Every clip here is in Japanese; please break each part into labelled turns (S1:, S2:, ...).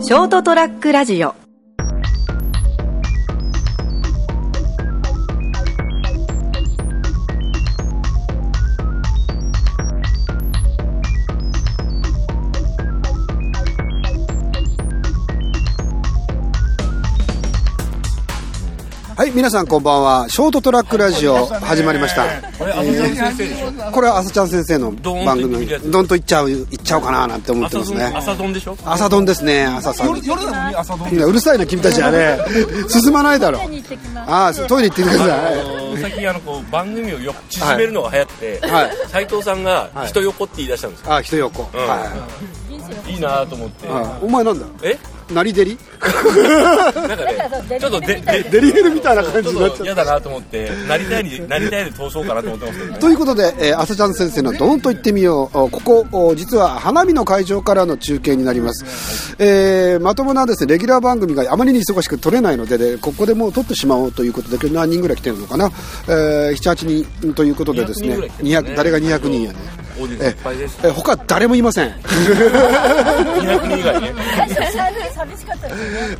S1: ショートトラックラジオ
S2: はい、皆さんこんばんは。ショートトラックラジオ始まりました。
S3: これ、あの先生でしょ。
S2: これは朝ちゃん先生の
S3: ドーンと
S2: 番組
S3: いってるやつ
S2: どんといっちゃう、いっちゃおうかななんて思って
S3: 朝
S2: ます
S3: 丼、
S2: ね。
S3: 朝丼でしょ。
S2: 朝丼ですね、朝さん。
S4: 夜夜なのに朝丼
S2: うるさいな、君たちはね。進まないだろ。ああ、トイレ行ってきてくだ
S3: あ
S2: さい。
S3: の最近あのこう番組をよ縮めるのが流行ってて、
S2: はい
S3: 斉藤さんが人横って言い出したんですよ、
S2: ああ、人横。
S3: ん、
S2: はい
S3: いなと思って、
S2: い。お前なんだ
S3: え
S2: なりデリ
S3: なんかねちょっとでで
S2: デリヘルみたいな感
S3: ち
S2: じに
S3: ょ
S2: な
S3: っ
S2: っち
S3: と
S2: ゃっ
S3: 嫌だなと思ってなりた いになりたいで通そうかなと思ってますけど
S2: た。ということで、えー、朝ちゃん先生のどんと行ってみよう。おここ、お実は花火の会場からの中継になります。えー、まともなですね、レギュラー番組があまりに忙しく撮れないので、でここでもう撮ってしまおうということで、今日何人ぐらい来てるのかなえー、7、8人ということでですね、
S3: 200
S2: 200誰が200人やね。
S3: オーディエ
S2: え
S3: ンスいっぱいです
S2: え他誰もいません、
S3: 200人以外ね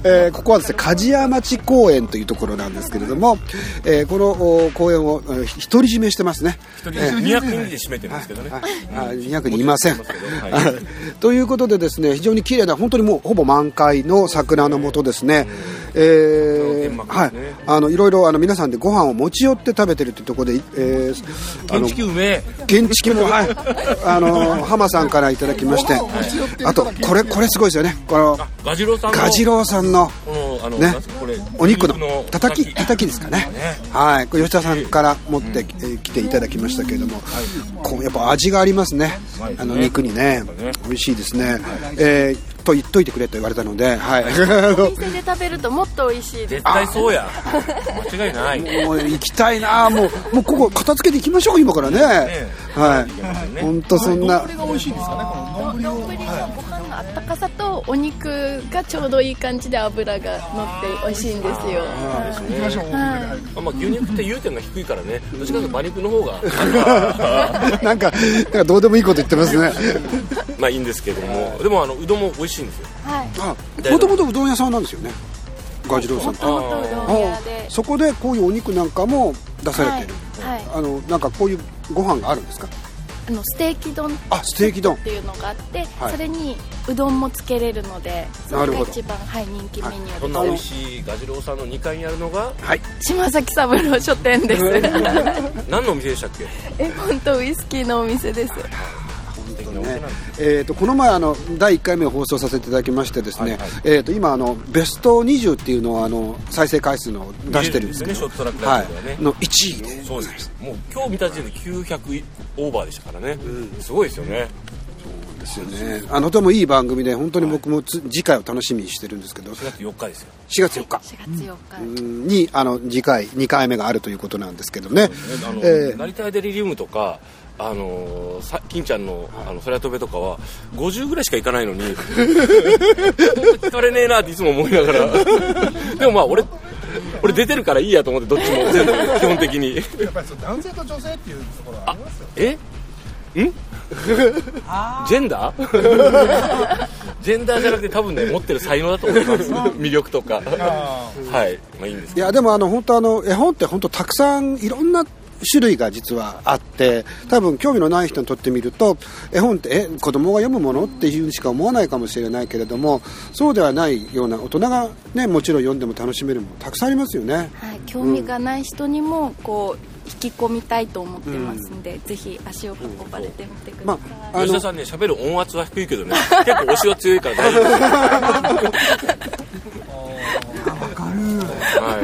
S2: えーここはですね梶屋町公園というところなんですけれども、えーこのお公園をえーひ独り占めしてますね
S3: 一人200人で締めてるんですけどね
S2: はいあ200人いません
S3: もちろんいますけど
S2: はい ということでですね非常に綺麗な本当にもうほぼ満開の桜の下ですね、えー
S3: 天幕
S2: は
S3: で
S2: い
S3: すね
S2: あのいろいろあの皆さんでご飯を持ち寄って食べてるというところで、えーあ
S3: 建
S2: の
S3: 築梅
S2: 現地も、はい、あの浜さんからいただきまして、あとこれこれすごいですよねこの
S3: ガジロウさんの
S2: ガジロウさんの
S3: このあの、
S2: ね
S3: なんすかこれ
S2: お肉の
S3: 牛
S2: たたき
S3: 肉
S2: たたきですかねはいこれ吉田さんから持ってきえー来ていただきましたけれどもこうやっぱ味がありますね
S3: まいです
S2: あ
S3: ね
S2: の肉にね
S3: ね
S2: 美味しいですねえーと言っといてくれと言われたのではい
S5: お店で食べるともっと美味しいです
S3: 絶対そうや間違いない
S2: もう行きたいなもうもうここ片付けていきましょう今からねはい本当そんな
S4: これが美味しいんですかねこの丼を
S5: 丼のご飯のあったかさとお肉がちょうどいい感じで脂が乗って美味しいんですよ
S4: 行きましょう
S3: あまあ、牛肉って融点が低いからねどっちかというと馬肉の方が
S2: なんかなんかどうでもいいこと言ってますね
S3: まあいいんですけどもでもあのうどんも美味しいんですよ
S5: はい
S2: もともとうどん屋さんなんですよねガジロウさんって
S5: 元々うどん屋で
S2: そこでこういうお肉なんかも出さ
S5: は
S2: れ
S5: い
S2: てる、、
S5: はい、
S2: あのなんかこういうご飯があるんですか
S5: あのステーキ丼っ
S2: あステーキ丼
S5: ていうのがあって、
S2: はい
S5: それにうどんもつけれるのでそれ
S2: なる
S5: が
S2: ほど
S5: 一番、はい、人気メニュー
S3: そん
S5: です、
S3: な美味しいガジロウさんの2階にあるのが
S2: はい
S5: 島崎三郎書店です
S3: 何のお店でしたっけ
S5: え本当ウイスキーのお店です
S2: ねえー、とこの前あの第1回目を放送させていただきましてですね、えー、と今あのベスト20っていうのをあの再生回数の出してるんですけど、
S3: 20ですねショートトラック
S2: は
S3: ラジオではね
S2: い、の1位で
S3: そうですもう今日見た時点で900オーバーでしたからね、すごいですよね
S2: ですよねあのとてもいい番組で本当に僕もつ、次回を楽しみにしてるんですけど
S3: 4月4日ですよ
S2: 4月4日
S5: 4月4日、
S2: にあの次回2回目があるということなんですけどね
S3: あの、
S2: えー
S3: 成田アイデリリウムとかあのーさ金ちゃんの「あの空飛べ」とかは50ぐらいしか行かないのに疲れねえなっていつも思いな がらでもまあ俺俺出てるからいいやと思ってどっちも全部 基本的に
S4: やっぱりそう男性と女性っていうところはありますよ
S3: えんジェンダー ジェンダーじゃなくて多分ね持ってる才能だと思います魅力とかはいまあいいんです
S2: い
S3: け
S2: やでもあの本当あの絵本って本当たくさんいろんな種類が実はあって多分興味のない人にとってみると絵本ってえ子供が読むものっていうふうにしか思わないかもしれないけれどもそうではないような大人が、ね、もちろん読んでも楽しめるものたくさんありますよね。
S5: はい、興味がない人にもこう引き込みたいと思ってますんで、ぜひ足を運ばれてみてくだ
S2: ま
S5: さい、
S2: あ、
S3: ど
S2: あ
S3: 吉
S2: の
S3: 田さんね喋る音圧は低いけどね結構推しは強いから大丈夫ですは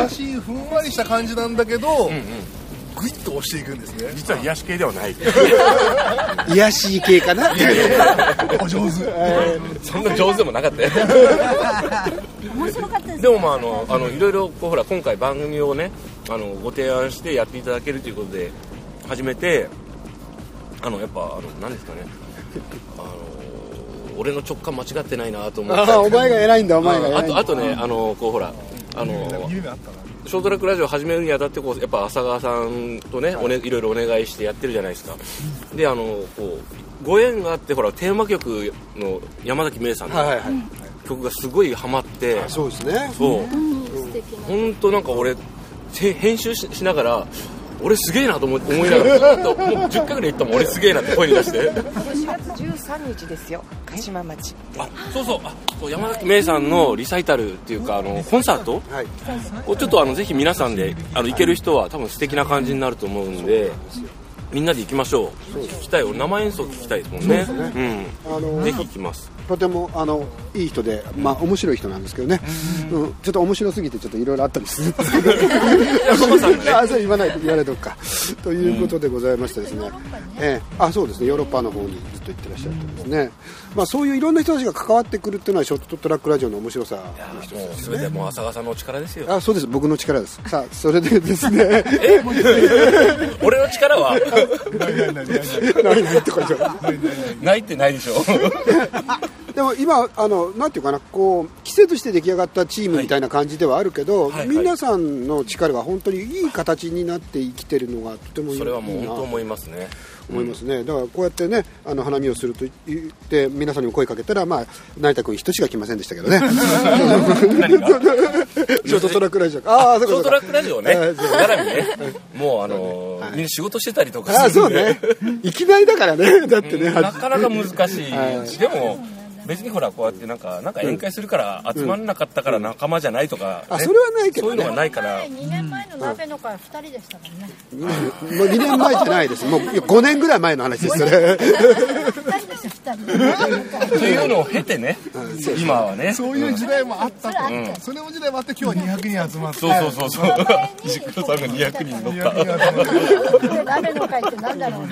S3: い
S4: 優しいふんわりした感じなんだけどグイッと押していくんですね
S3: 実は癒し系ではない
S2: 癒や しい系かな
S4: お上 手
S3: そんな上手でもなかったよでもまああのあのいろいろこうほら今回番組をねあのご提案してやっていただけるということで始めてあのやっぱあの何ですかねあの俺の直感間違ってないなと思って
S2: あお前が偉いんだお前が
S3: あ
S2: 偉いん
S3: とあ
S2: だ
S3: とねあのこうほらあの
S4: 夢あったな
S3: ショートラックラジオ始めるにあたってこうやっぱ浅川さんとね、おねいろいろお願いしてやってるじゃないですかであのこうご縁があってほらテーマ曲の山崎芽衣さん
S2: はいは
S3: の
S2: いはい
S3: 曲がすごいハマって、
S2: そうですね
S3: そう
S5: うん素敵な
S3: 本当なんか俺せ編集ししながら俺すげえなと思思いながらずっともう10回ぐらい言ったもん俺すげえなって声に出して
S1: 4月13日ですよ鹿島町
S3: あそうそうあそう山崎芽衣さんのリサイタルっていうかあのコンサート
S2: はい
S3: をちょっとあのぜひ皆さんであの行ける人は多分素敵な感じになると思うんでみんなで行きましょう聞きたい俺生演奏聞きたいですもんね
S2: あの
S3: うんぜひ行きます
S2: とてもあのいい人で、まあ、面白い人なんですけどね、うん、ちょっと面白すぎてちょっと いろいろあったりするんですけどあそれ言わない言わないとくかということでございましてですね、ええあそうですねヨーロッパの方にずっと行ってらっしゃるんですね、まあ、そういういろんな人たちが関わってくるっていうのはショートトラックラジオの面白さ
S3: もう全てもう浅川さんのお力ですよ
S2: あそうです僕の力ですさあそれでですね
S3: 俺の力は
S2: ないないとかじゃ
S3: ないってない でしょ
S2: でも今あのなんていうかなこう季節して出来上がったチームみたいな感じではあるけど、
S3: はいはい
S2: 皆さんの力が本当にいい形になって生きてるのがとてもいい
S3: それはもう
S2: いい
S3: 本
S2: な
S3: 当
S2: と
S3: 思いますね
S2: 思いますね、だからこうやってねあの花見をすると言って皆さんにも声かけたら、まあ、成田君人しか来ませんでした けどねショートトラックラジオああそ
S3: ショ
S2: う
S3: ート
S2: か
S3: ラックラジオね、並びね、もうあのー、みんな仕事してたりとか
S2: ああ
S3: す
S2: そ
S3: るん
S2: う
S3: で
S2: ね、いきなりだからねだってね、
S3: なかなか難しい、でも、別にほら、こうやってなんか、なんか宴会するから、集まんなかったから仲間じゃないとか、
S2: あ
S3: ね
S2: それはないけ
S3: そう
S2: ど
S3: い
S2: ね
S3: うのがないから、
S6: 2年前の鍋の会2人でしたもんね
S2: もう2年前じゃないですもう5年ぐらい前の話ですそれ
S6: 2人でした2人
S3: というのを経てね、今はね、
S4: そういう時代もあったと、それも時代もあって今日は200人集まって
S3: そうそうそうそう
S6: はい、
S3: 石黒さんが200人乗っ
S4: 200人集ま
S3: た。
S4: って
S6: 鍋の会ってなんだろうね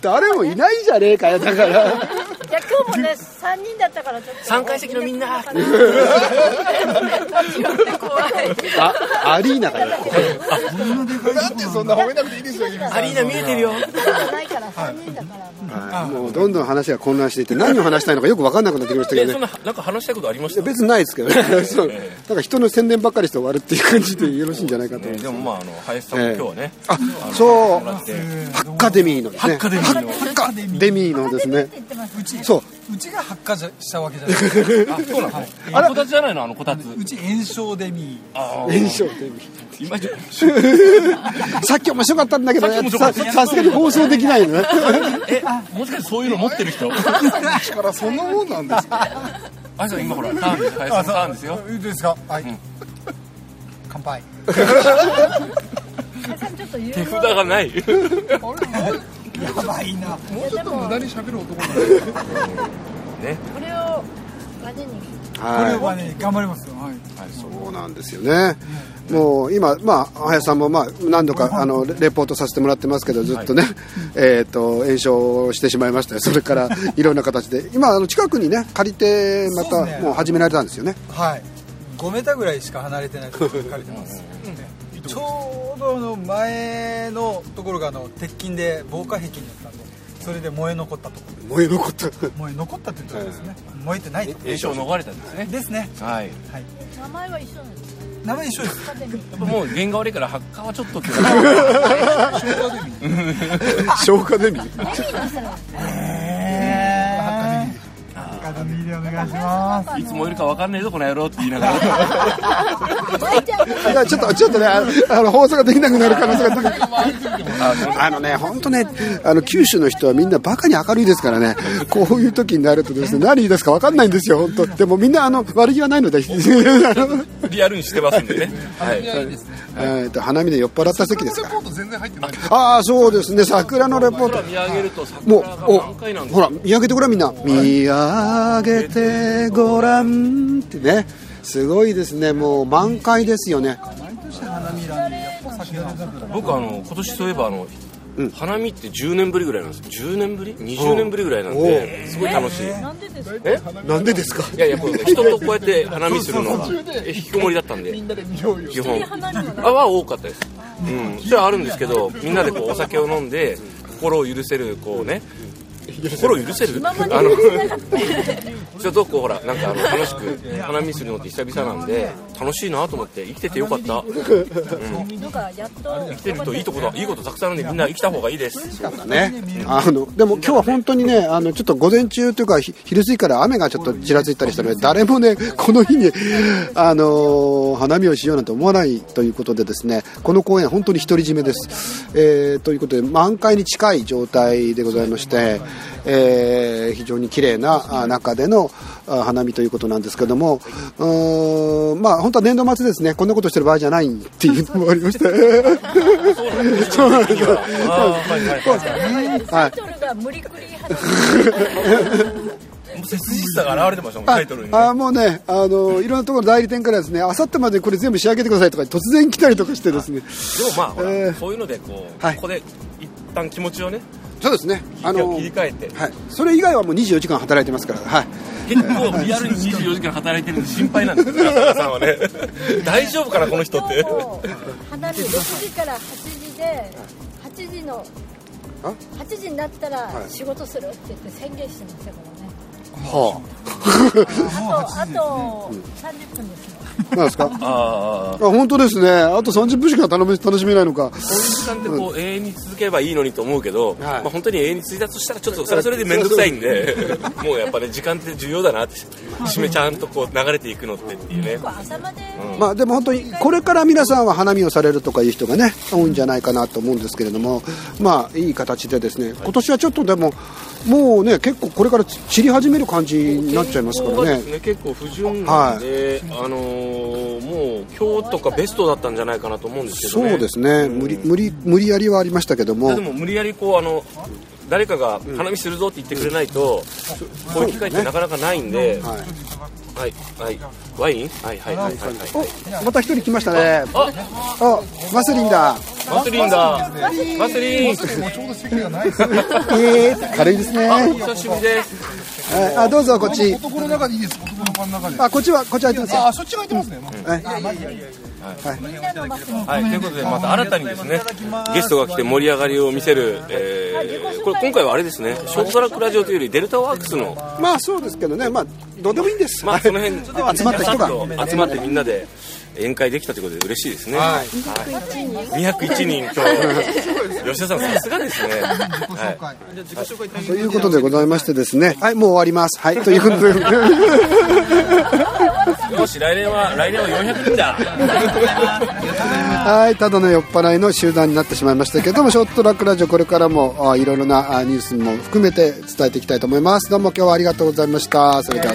S2: 誰もいないじゃねえかよだから
S6: いや今日もね3人だったからちょっと
S3: 3階席のみんな、
S2: あアリーナから
S4: なんでそんな褒めなくていいですよ
S3: アリーナ見えてるよ。
S6: ないから3人だからもう
S2: もうどんどん話が混乱していって何を話したいのかよく分かんなくなってきましたけ
S3: え、
S2: ど
S3: そ
S2: ね
S3: んな、なんか話したいことありました
S2: 別にないですけどね そうなんか人の宣伝ばっかりして終わるっていう感じでよろしいんじゃないかと思います
S3: でもまあ、あの、林さんも今日はね、
S2: あそう
S3: もらって、
S2: ハッカデミーのですね
S3: ハッカデミーの
S2: ハッカデミーのですね
S7: うち
S2: そう
S7: うちが発火じゃしたわけじゃないです
S3: あ、そうなのあこたつじゃないのあのこたつ。
S7: うち炎症デミ
S3: あ
S2: 炎症デミー
S3: ー今じゃ
S2: さっき面白かったんだけど
S3: さっき面
S2: ね
S3: 白か
S2: さ
S3: った
S2: さすがに放送できないのね
S3: え、もしかしてそういうの持ってる人
S4: からそんなもんなんですか
S3: あいさん今ほら、ターンです。林さんターンですよ。
S4: いいですかはい、
S7: 乾杯
S6: 皆さんちょっと言う
S3: 手札がない。
S7: やばいな
S4: もうちょっと無駄に喋る男なん
S6: これをマジに
S7: これ
S2: はい
S7: はね頑張りますよはい
S2: そうなんですよね。もう今、まあ、林さんも、まあ、何度かあのレレポートさせてもらってますけどずっとね、えー、と炎症してし まいましたよそれからいろんな形で今あの近くにね借りてま
S7: そう
S2: た
S7: ですね
S2: もう始められたんですよね
S7: はい5メーターぐらいしか離れてないところに借りてます、うんちょうどあの前のところがあの鉄筋で防火壁になったんでそれで燃え残ったとこ
S2: 燃え残った
S7: ろ燃え残ったって言ったらですね、燃えてない
S3: 炎症逃れたんですね。
S7: ですね
S3: はい。
S7: はい
S6: 名前は一緒なんです
S7: 名前一緒です
S6: 家電に
S3: もう原画悪いから発火はちょっとって。
S2: 消化デミー
S7: ええ赤髪でお願いしま す
S3: いつもよりかわかんねえぞこの野郎って言いながら。
S2: いやちょっとちょっとねあのあの放送ができなくなる可能性が高いあのね本当ねあの九州の人はみんなバカに明るいですからねこういう時になるとですね何言い出すか分かんないんですよ本当でもみんなあの悪気はないので あの
S3: リアルにしてますんで ね。はい。
S2: えーと花見で酔っ払った席です
S4: レ
S2: か
S4: ポート全然入ってない
S2: ああそうですね桜のレポー
S3: 空
S2: ト
S3: 見上げると
S2: もう
S3: 桜が
S2: お
S3: 満開なんです
S2: ほ。ら見上げてごらんみんな見上げてごらんってねすごいですねもう満開ですよね
S3: 僕あの今年そういえばあの、花見って10年ぶりぐらいなんです10年ぶり20年ぶりぐらいなんで、すごい楽しい、
S6: なんでですか
S2: なんでですか
S3: いやいやこ う人とこうやって花見するのがえ引きこもりだったんで基本あは多かったですうんそれはあるんですけどみんなでこうお酒を飲んで心を許せるこうね心を許せるあの人とこうほらなんかあの楽しく花見するのって久々なんで楽しいなと思って生きててよかった
S6: なんかやっと
S3: 生きてるといいとこといいことたくさんあるんでみんな生きた方がいいです
S2: ね、あのでも今日は本当にね、あのちょっと午前中というか、ひ昼過ぎから雨がちょっとちらついたりしたので、誰もね、この日に、あのー花見をしようなんて思わないということで、ですねこの公園、本当に独り占めです。えーということで、満開に近い状態でございまして、えー非常に綺麗なあ中でのあ花見ということなんですけども、うーんまあ、本当は年度末ですね、こんなことしてる場合じゃないっていうのもありまして。
S3: そうなんですよあーはいはいはい
S6: タイトルが無理くり話
S3: もう切実さが現れてましたもんタイトルにね
S2: あーもうね、あのいろんなところの代理店からですね、あさってまでこれ全部仕上げてくださいとか突然来たりとかしてですね、
S3: でもまあほら、
S2: えー
S3: そういうのでこう、
S2: はい
S3: ここで一旦気持ちをね
S2: そうですね、あの
S3: 切り替えて
S2: はい、それ以外はもう24時間働いてますから、はい、
S3: 結構リアルに24時間働いてるんで心配なんですよ浅田さんはね大丈夫かなこの人って
S6: も花見6時から8時で8時の
S2: あ
S6: 8時になったら仕事するって言って宣言してましたからね
S2: は
S6: あとあと30分ですね
S2: あ、なんです か、あ
S3: ああ
S2: 本当ですね、あと30分しか頼め楽しめないのか、
S3: こういう時間ってこう永遠に続ければいいのにと思うけど、まあ、本当に永遠に続いたとしたらちょっとそれはそれで面倒くさいんでもうやっぱね時間って重要だなって締めちゃんとこう流れていくのってっていうね
S6: 朝まで
S2: まあ、でも本当にこれから皆さんは花見をされるとかいう人がね、多いんじゃないかなと思うんですけれども、まあいい形でですね、今年はちょっとでも、もうね、結構これから散り始める感じになっちゃいますからね。
S3: 結構不純なんで、あのーもう今日とかベストだったんじゃないかなと思うんですけどね
S2: そうですね、無理無理無理やりはありましたけども
S3: で、も無理やりこうあの誰かが花見するぞって言ってくれないと、こういう機会ってなかなかないんで、
S2: はい、
S3: はいはいワインはいはいはいはいはい
S2: おまた一人来ましたね。
S3: あ
S2: あ、マスリンだ。
S3: マスリンだマスリン
S4: もちょうど席がないですね。
S2: えー、軽いですね。
S3: あお
S2: はい
S3: 久しぶりです
S2: あ、どうぞこっち。
S4: 男の中でいいです。男のパンの中で。
S2: あ、こっちはこっちは空いてますよ。
S4: ああ、そっちが空いてますね。
S2: はい。
S3: はい、ということでまた新たにですねゲストが来て盛り上がりを見せる、えー、これ今回はあれですねショートトラックラジオというよりデルタワークスの、
S2: まあそうですけどね、まあどうでもいいんです。
S3: まあ、その辺
S2: はい集まった人が
S3: 皆さんと集まってみんなで宴会できたということで嬉しいですね、
S2: はい
S3: 201人今日吉田さんさすがですね、 は
S2: ということでございましてですね。はい、もう終わります。はい、ということ で。
S3: い、よし来年は来年は400人だ
S2: はい、ただの酔っ払いの集団になってしまいましたけども、ショートトラックラジオこれからもあいろいろなあニュースも含めて伝えていきたいと思います。どうも今日はありがとうございました。それでは。